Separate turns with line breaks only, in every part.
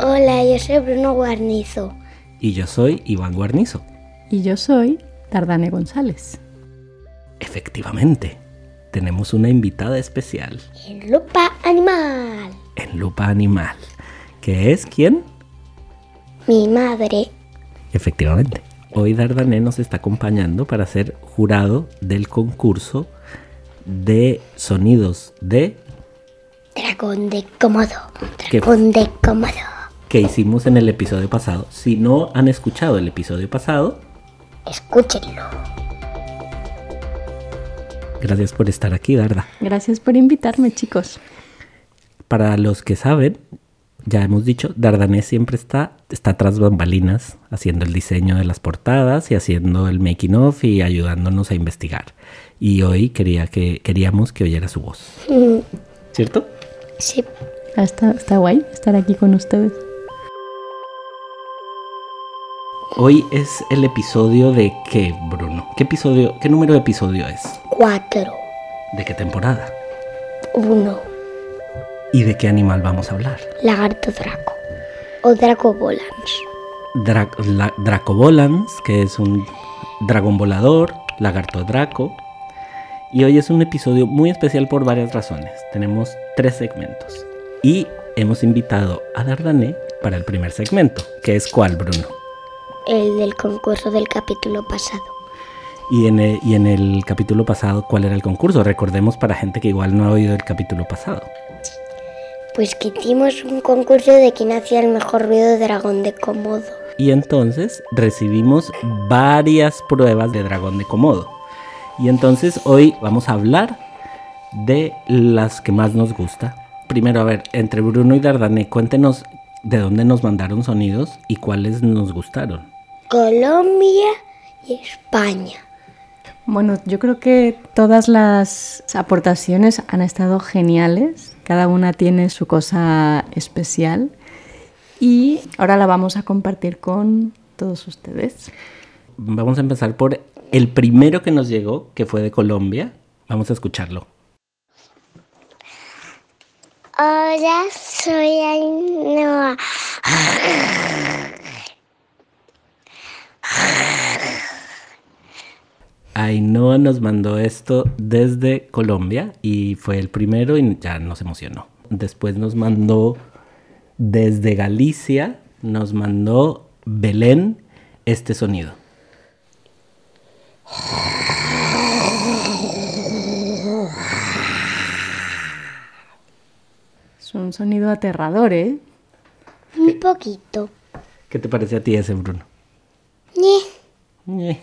Hola, yo soy Bruno Guarnizo.
Y yo soy Iván Guarnizo.
Y yo soy Dardane González.
Efectivamente, tenemos una invitada especial
En Lupa Animal.
en Lupa Animal, que es quién?
Mi madre.
Efectivamente. Hoy Dardané nos está acompañando para ser jurado del concurso de sonidos de
Dragón de cómodo.
¿Qué?
Dragón de cómodo.
que hicimos en el episodio pasado. Si no han escuchado el episodio pasado,
Escúchenlo.
gracias por estar aquí, Darda.
Gracias por invitarme, chicos.
Para los que saben, ya hemos dicho, Dardanés siempre está, está tras bambalinas, haciendo el diseño de las portadas y haciendo el making of y ayudándonos a investigar. Y hoy quería que, queríamos que oyera su voz.
Mm,
¿Cierto?
Sí.
Ah, Está, está guay estar aquí con ustedes.
Hoy es el episodio de qué, Bruno? ¿Qué episodio, qué número de episodio es?
Cuatro.
¿De qué temporada?
Uno.
¿Y de qué animal vamos a hablar?
Lagarto Draco. O Draco Volans.
Dra- la- Dracovolans, que es un dragón volador, lagarto draco. Y hoy es un episodio muy especial por varias razones. Tenemos tres segmentos. Y hemos invitado a Dardané para el primer segmento, que es cuál, Bruno.
El del concurso del capítulo pasado.
Y en, e- y en el capítulo pasado, ¿cuál era el concurso? Recordemos para gente que igual no ha oído el capítulo pasado.
Pues que hicimos un concurso de quién hacía el mejor ruido de dragón de cómodo.
Y entonces recibimos varias pruebas de dragón de Komodo. Y entonces hoy vamos a hablar de las que más nos gusta. Primero, a ver, entre Bruno y Dardané, cuéntenos de dónde nos mandaron sonidos y cuáles nos gustaron.
Colombia y España.
Bueno, yo creo que todas las aportaciones han estado geniales. Cada una tiene su cosa especial. Y ahora la vamos a compartir con todos ustedes.
Vamos a empezar por el primero que nos llegó, que fue de Colombia. Vamos a escucharlo.
Hola, soy Ainhoa.
Ainhoa nos mandó esto desde Colombia y fue el primero y ya nos emocionó. Después nos mandó desde Galicia, nos mandó Belén este sonido.
Es un sonido aterrador, ¿eh?
Un poquito.
¿Qué te parece a ti ese, Bruno?
Ñe.
Ñe.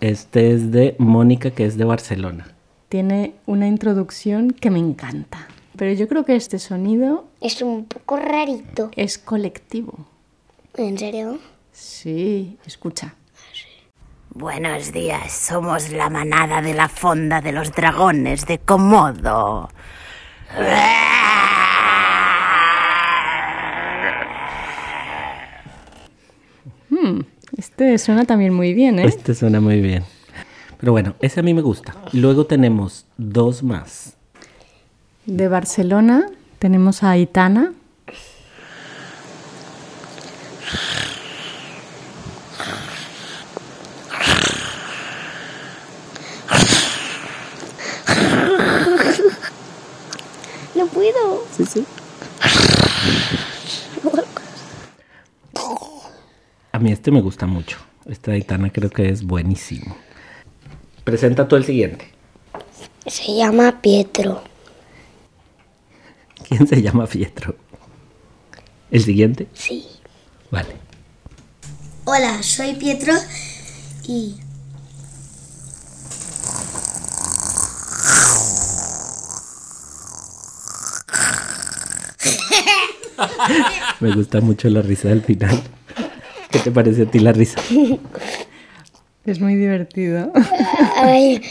Este es de Mónica, que es de Barcelona.
Tiene una introducción que me encanta. Pero yo creo que este sonido
Es un poco rarito.
es colectivo.
¿En serio?
Sí, escucha.
Buenos días, somos la manada de la fonda de los dragones de Komodo.
Este suena también muy bien, ¿eh?
Este suena muy bien. Pero bueno, ese a mí me gusta. Luego tenemos dos más.
De Barcelona tenemos a Itana.
No puedo.
A mí este me gusta mucho. Esta de Aitana creo que es buenísimo. Presenta tú el siguiente.
Se llama Pietro.
¿Quién se llama Pietro? ¿El siguiente?
Sí.
Vale.
Hola, soy Pietro y
Me gusta mucho la risa del final. ¿Qué te parece a ti la risa?
Es muy divertido.
ay,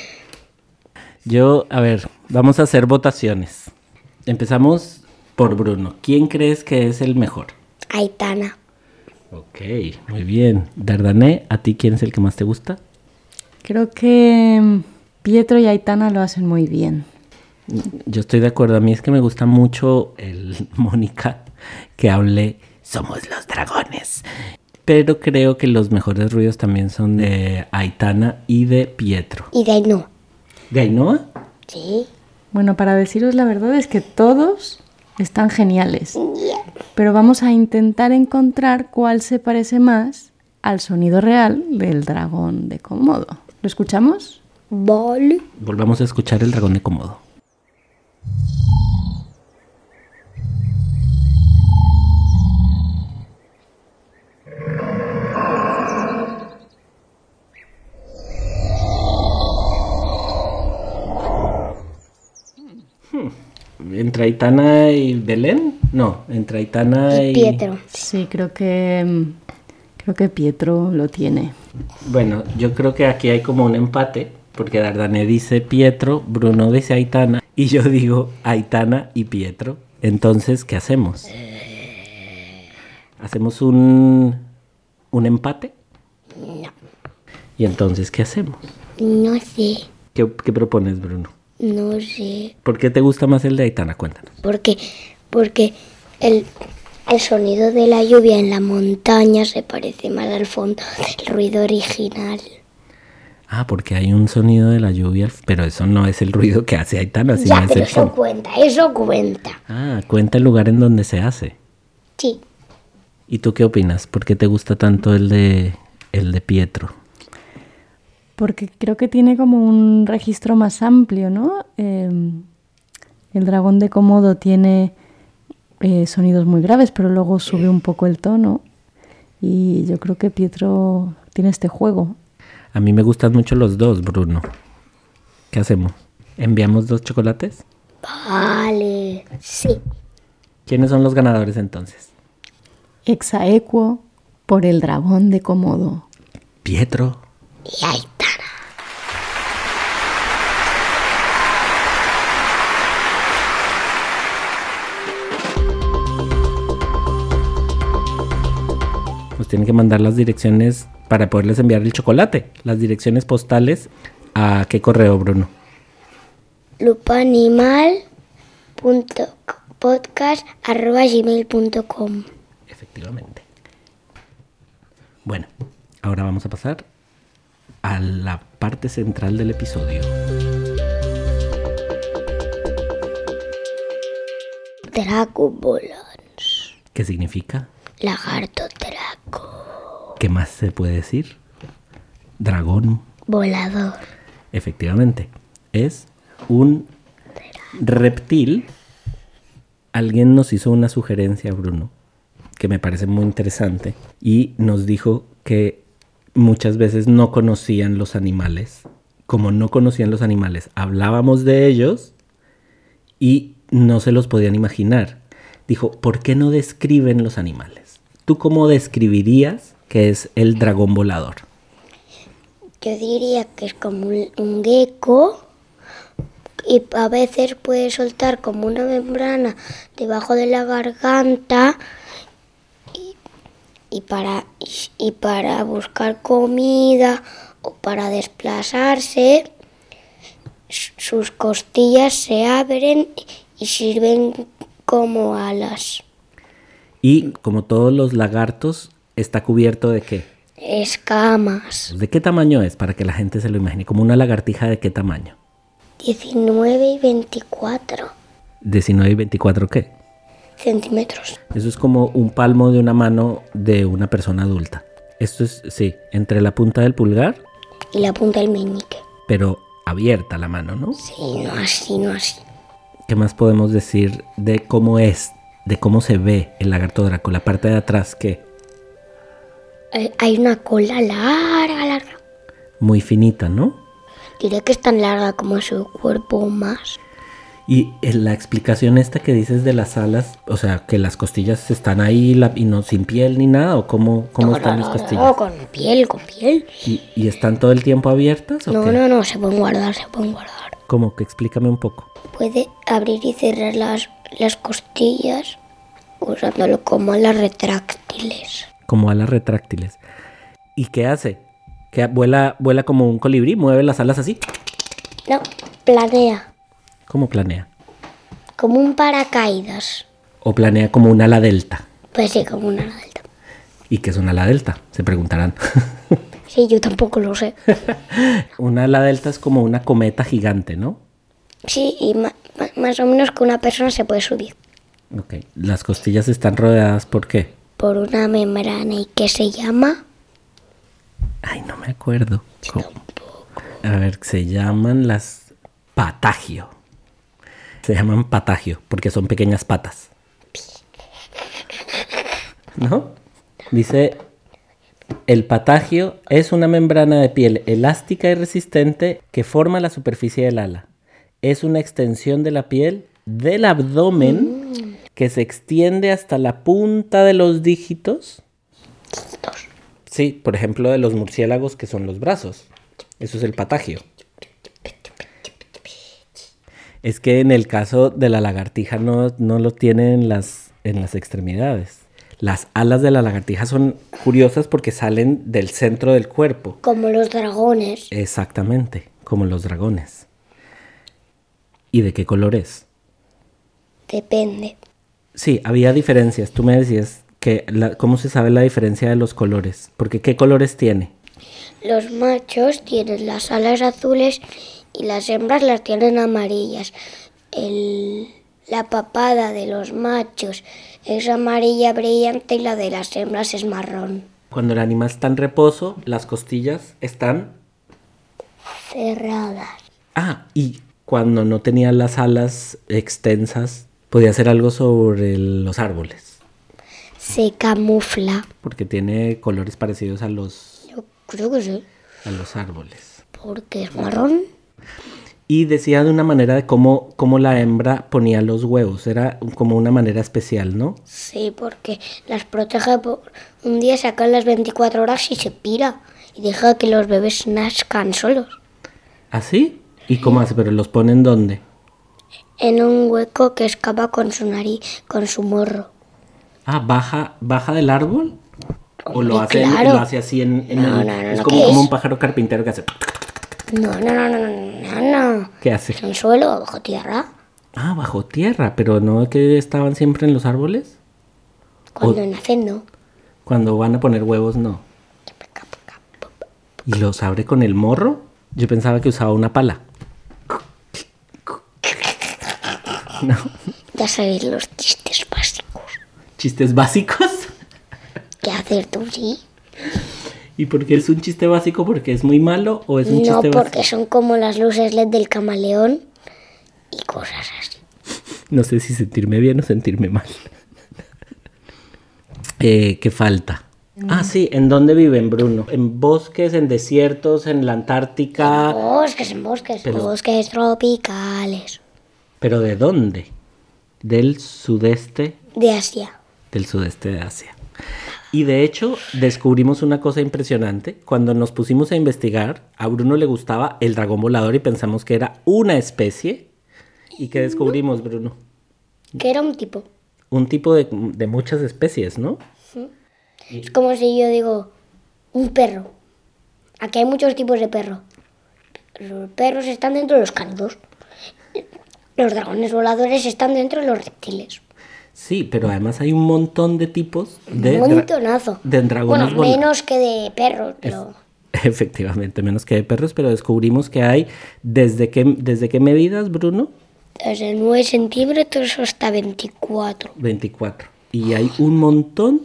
Yo, a ver, vamos a hacer votaciones. Empezamos por Bruno. ¿Quién crees que es el mejor?
Aitana.
Ok, muy bien. Dardané, ¿a ti quién es el que más te gusta?
Creo que mm, Pietro y Aitana lo hacen muy bien.
Yo estoy de acuerdo. A mí es que me gusta mucho el Mónica que hable Somos los dragones. Pero creo que los mejores ruidos también son de Aitana y de Pietro.
Y de ahí no.
¿De Ainhoa?
Sí.
Bueno, para deciros la verdad es que todos están geniales. Pero vamos a intentar encontrar cuál se parece más al sonido real del dragón de Komodo. ¿Lo escuchamos?
Vale.
Volvamos a escuchar el dragón de Komodo. Hmm. ¿Entre Aitana y Belén? No, entre Aitana y...
Y Pietro.
Sí, creo que mm, creo que Pietro lo tiene.
Bueno, yo creo que aquí hay como un empate, porque Dardane dice Pietro, Bruno dice Aitana, y yo digo Aitana y Pietro. Entonces, ¿qué hacemos?
Eh.
¿Hacemos un, un empate? ¿Y entonces qué hacemos?
No sé.
¿Qué, qué propones, Bruno?
No sé.
¿Por qué te gusta más el de Aitana? Cuéntanos.
Porque, porque el, el sonido de la lluvia en la montaña se parece más al fondo del ruido original.
Ah, porque hay un sonido de la lluvia, pero eso no es el ruido que hace Aitana, sino
ya,
es
pero
el
eso
fondo.
cuenta, eso cuenta.
Ah, cuenta el lugar en donde se hace.
Sí.
¿Y tú qué opinas? ¿Por qué te gusta tanto el de el de Pietro?
Porque creo que tiene como un registro más amplio, ¿no? Eh, el dragón de Komodo tiene eh, sonidos muy graves, pero luego sube un poco el tono. Y yo creo que Pietro tiene este juego.
A mí me gustan mucho los dos, Bruno. ¿Qué hacemos? ¿Enviamos dos chocolates?
Vale. Sí.
¿Quiénes son los ganadores entonces?
Exaequo por el dragón de Komodo.
Pietro.
Y ahí está.
Nos tienen que mandar las direcciones para poderles enviar el chocolate. Las direcciones postales a qué correo, Bruno.
lupanimal.podcast.gmail.com
Efectivamente. Bueno, ahora vamos a pasar a la parte central del episodio.
Draco Volans.
¿Qué significa?
Lagarto Draco.
¿Qué más se puede decir? Dragón,
Volador.
efectivamente. Es un reptil. Alguien nos hizo una sugerencia, Bruno, que me parece muy interesante. Y nos dijo que muchas veces no conocían los animales. Como no conocían los animales, hablábamos de ellos y no se los podían imaginar. Dijo, ¿por qué no describen los animales? ¿Tú cómo describirías que es el dragón volador?
Yo diría que es como un, un gecko y a veces puede soltar como una membrana debajo de la garganta y, y para, y para buscar comida o para desplazarse, s- sus costillas se abren y sirven como alas.
Y como todos los lagartos, está cubierto de qué?
Escamas.
¿De qué tamaño es? Para que la gente se lo imagine. Como una lagartija de qué tamaño.
19 y 24
19 y 24 qué?
centímetros.
Eso es como un palmo de una mano de una persona adulta. Esto es, sí, entre la punta del pulgar,
Y la punta del meñique.
pero abierta la mano, ¿no?
Sí, no así, no así.
¿Qué más podemos decir de cómo es, de cómo se ve el lagarto draco? La parte de atrás que
Hay- Eh, Hay una cola larga, larga.
muy finita, ¿no?
Diré que es tan larga como su cuerpo o más.
Y en la explicación esta que dices de las alas, o sea, que las costillas están ahí la- y no sin piel ni nada, o cómo, cómo
No, no,
están las
no,
costillas.
no, con piel, con piel.
¿Y, y están todo el tiempo abiertas o
No,
qué?
no, no, se pueden guardar, se pueden guardar.
Como que explícame un poco.
Puede abrir y cerrar las, las costillas usándolo como las retráctiles.
Como alas retráctiles. ¿Y qué hace? Que vuela, vuela como un colibrí, mueve las alas así.
No, planea,
¿Cómo planea?
como un paracaídas.
¿O planea como un ala delta?
Pues sí, como una ala delta.
¿Y qué es un ala delta? Se preguntarán.
Sí, yo tampoco lo sé.
un ala delta es como una cometa gigante, ¿no?
Sí, y ma- ma- más o menos que una persona se puede subir
Ok. Las costillas están rodeadas por qué?
por una membrana y que se llama
Ay, no me acuerdo. ¿Cómo? A ver, se llaman las patagio. Se llaman patagio porque son pequeñas patas. ¿No? Dice, el patagio es una membrana de piel elástica y resistente que forma la superficie del ala. Es una extensión de la piel del abdomen que se extiende hasta la punta de los dígitos Sí, por ejemplo, de los murciélagos que son los brazos. Eso es el patagio. Es que en el caso de la lagartija no, no lo tiene en las, en las extremidades. Las alas de la lagartija son curiosas porque salen del centro del cuerpo.
como los dragones
Exactamente, como los dragones. ¿Y de qué color es?
depende
Sí, había diferencias. Tú me decías que la- cómo se sabe la diferencia de los colores. Porque ¿qué colores tiene?
los machos tienen las alas azules y las hembras las tienen amarillas El- la papada de los machos es amarilla brillante y la de las hembras es marrón
Cuando el animal está en reposo, las costillas están...
cerradas
Ah, y cuando no tenía las alas extensas, podía hacer algo sobre el- los árboles,
se camufla
porque tiene colores parecidos a los,
yo creo que sí
a los árboles.
porque es marrón
Y decía de una manera de cómo, cómo la hembra ponía los huevos, era como una manera especial, ¿no?
Sí, porque las protege por un día, sacan las 24 horas y se pira. Y deja que los bebés nazcan solos.
¿Así? ¿Y cómo hace? ¿Pero los ponen dónde?
En un hueco que escapa con su nariz, con su morro.
Ah, baja, baja del árbol. O lo
Hombre,
hace,
claro.
lo hace así en, en
No,
el-
no, no,
es
no,
como,
¿qué
como
es?
un pájaro carpintero que hace.
No, no, no, no, no, no, no.
¿Qué hace?
Es un suelo bajo tierra.
Ah, bajo tierra, pero no que estaban siempre en los árboles.
Cuando nacen, no.
Cuando van a poner huevos, no. ¿Y los abre con el morro? Yo pensaba que usaba una pala.
Ya sabéis los chistes básicos.
Chistes básicos.
¿Qué hacer tú, sí?
¿Y por qué es un chiste básico? ¿Porque es muy malo o es un
No,
chiste básico?
porque son como las luces LED del camaleón y cosas así.
No sé si sentirme bien o sentirme mal. Eh, ¿Qué falta? Ah, sí, ¿en dónde viven, Bruno? ¿En bosques, en desiertos, en la Antártica?
Bosques, en bosques. Bosques tropicales.
¿Pero de dónde? Del sudeste
De Asia.
del sudeste de Asia. Y de hecho descubrimos una cosa impresionante. Cuando nos pusimos a investigar, a Bruno le gustaba el dragón volador y pensamos que era una especie. ¿Y que descubrimos, Bruno?
Que era un tipo.
Un tipo de, de muchas especies, ¿no?
Es como si yo digo, un perro. Aquí hay muchos tipos de perro. Los perros están dentro de los cánidos. Los dragones voladores están dentro de los reptiles.
Sí, pero además hay un montón de tipos de...
un
dra-
montonazo.
de
bueno,
dragones vola-
menos que de perros, pero
Efectivamente, menos que de perros, pero descubrimos que hay... ¿Desde qué, desde qué medidas, Bruno?
desde 9 centímetros hasta 24.
24. Y hay un montón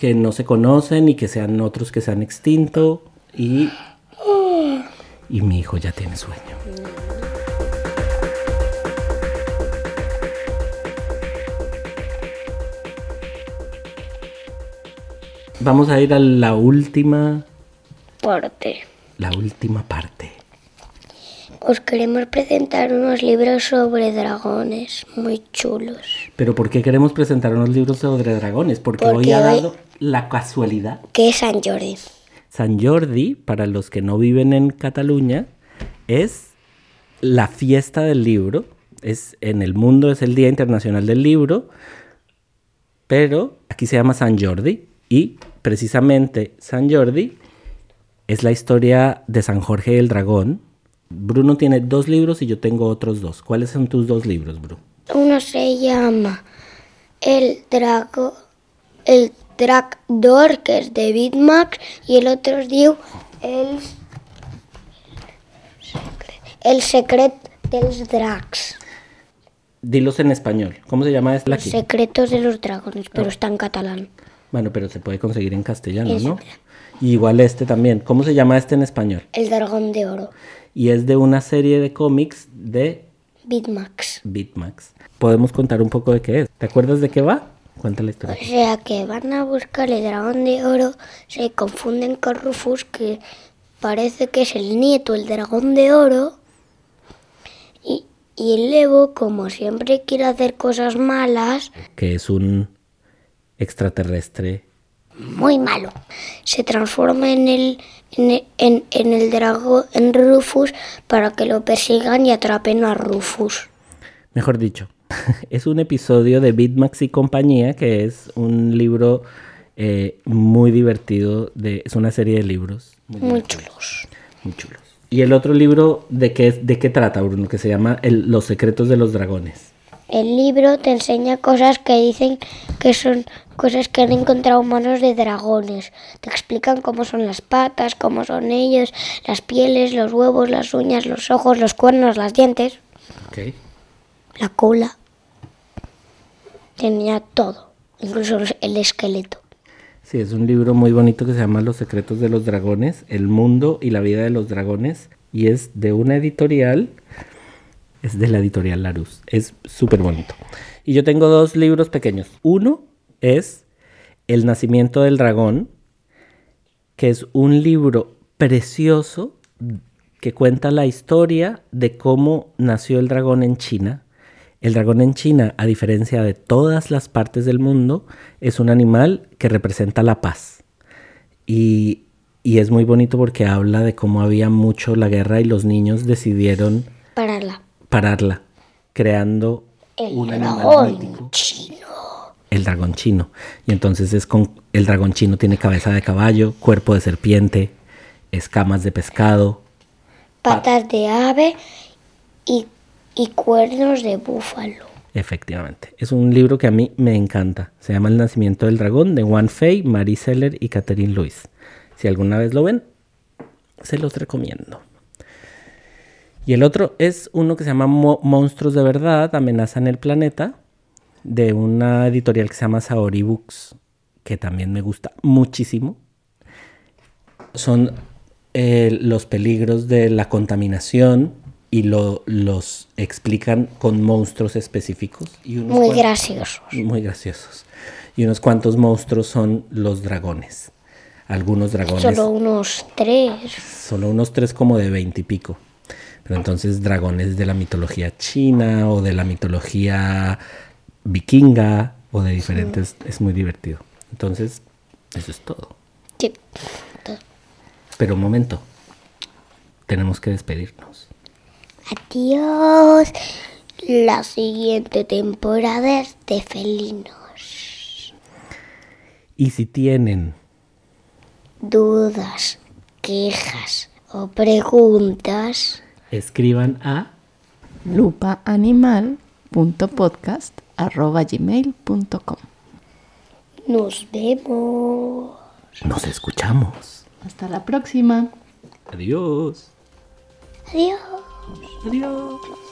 que no se conocen y que sean otros que se han extinto. Y. Y mi hijo ya tiene sueño. Vamos a ir a la última.
Parte.
La última parte.
Os queremos presentar unos libros sobre dragones muy chulos.
Pero ¿por qué queremos presentar unos libros sobre dragones? Porque,
Porque
hoy ha
hoy-
dado la casualidad
Que es San Jordi.
San Jordi, para los que no viven en Cataluña, es la fiesta del libro. Es en el mundo es el Día Internacional del Libro, pero aquí se llama San Jordi y precisamente San Jordi es la historia de San Jorge el Dragón. Bruno tiene dos libros y yo tengo otros dos. ¿Cuáles son tus dos libros, Bruno?
Uno se llama el drago, el Tractor, que es de Bitmax, i l'altre es diu el, el secret dels dracs.
Dilos en español. ¿Cómo se llama este? esta
Los
aquí?
secretos de los dragones, pero está en catalán.
Bueno, pero se puede conseguir en castellano,
Eso.
¿no? Y igual este también. ¿Cómo se llama este en español?
El dragón de oro,
Y es de una serie de cómics de
Bitmax.
Bitmax. Podemos contar un poco de qué es. ¿Te acuerdas de qué va? Cuenta la
O
historia.
sea que van a buscar el dragón de oro, se confunden con Rufus, que parece que es el nieto, el dragón de oro. Y, y el Evo, como siempre quiere hacer cosas malas,
Que es un extraterrestre.
muy malo. Se transforma en el, en, el- en- en el dragón, en Rufus, para que lo persigan y atrapen a Rufus.
Mejor dicho, es un episodio de Bitmax y compañía, que es un libro eh, muy divertido. De, es una serie de libros muy,
Muy chulos.
muy chulos. Y el otro libro, ¿de qué, es- de qué trata, Bruno? Que se llama El- Los secretos de los dragones.
El libro te enseña cosas que dicen que son cosas que han encontrado humanos de dragones. Te explican cómo son las patas, cómo son ellos, las pieles, los huevos, las uñas, los ojos, los cuernos, las dientes,
Ok.
la cola. Tenía todo, incluso los- el esqueleto.
Sí, es un libro muy bonito que se llama Los secretos de los dragones, el mundo y la vida de los dragones. Y es de una editorial, es de la editorial Larus. Es súper bonito. Y yo tengo dos libros pequeños. Uno es El nacimiento del dragón, que es un libro precioso que cuenta la historia de cómo nació el dragón en China. El dragón en China, a diferencia de todas las partes del mundo, es un animal que representa la paz. Y, y es muy bonito porque habla de cómo había mucho la guerra y los niños decidieron
Para la
pararla, creando
El
un animal
dragón
mítico,
chino.
el dragón chino. Y entonces es con el dragón chino tiene cabeza de caballo, cuerpo de serpiente, escamas de pescado,
Patas de ave y, y cuernos de búfalo.
Efectivamente. Es un libro que a mí me encanta. Se llama El nacimiento del dragón de Juan Fei, Marie Seller y Catherine Luis. Si alguna vez lo ven, se los recomiendo. Y el otro es uno que se llama Mo- Monstruos de Verdad, Amenazan el Planeta, de una editorial que se llama Saori Books, que también me gusta muchísimo. Son eh, los peligros de la contaminación y lo- los explican con monstruos específicos. Y unos
Muy
cuantos-
gracioso.
muy graciosos. Y unos cuantos monstruos son los dragones. Algunos dragones.
Solo unos tres.
Solo unos tres como de veinte y pico. Pero entonces dragones de la mitología china o de la mitología vikinga o de diferentes... Es muy divertido. Entonces, eso es todo.
Sí.
Pero un momento. Tenemos que despedirnos.
Adiós. La siguiente temporada es de felinos.
Y si tienen
Dudas, quejas o preguntas.
escriban a...
lupaanimal.podcast.gmail.com
Nos vemos.
Nos escuchamos.
Hasta la próxima.
Adiós.
Adiós.
Adiós.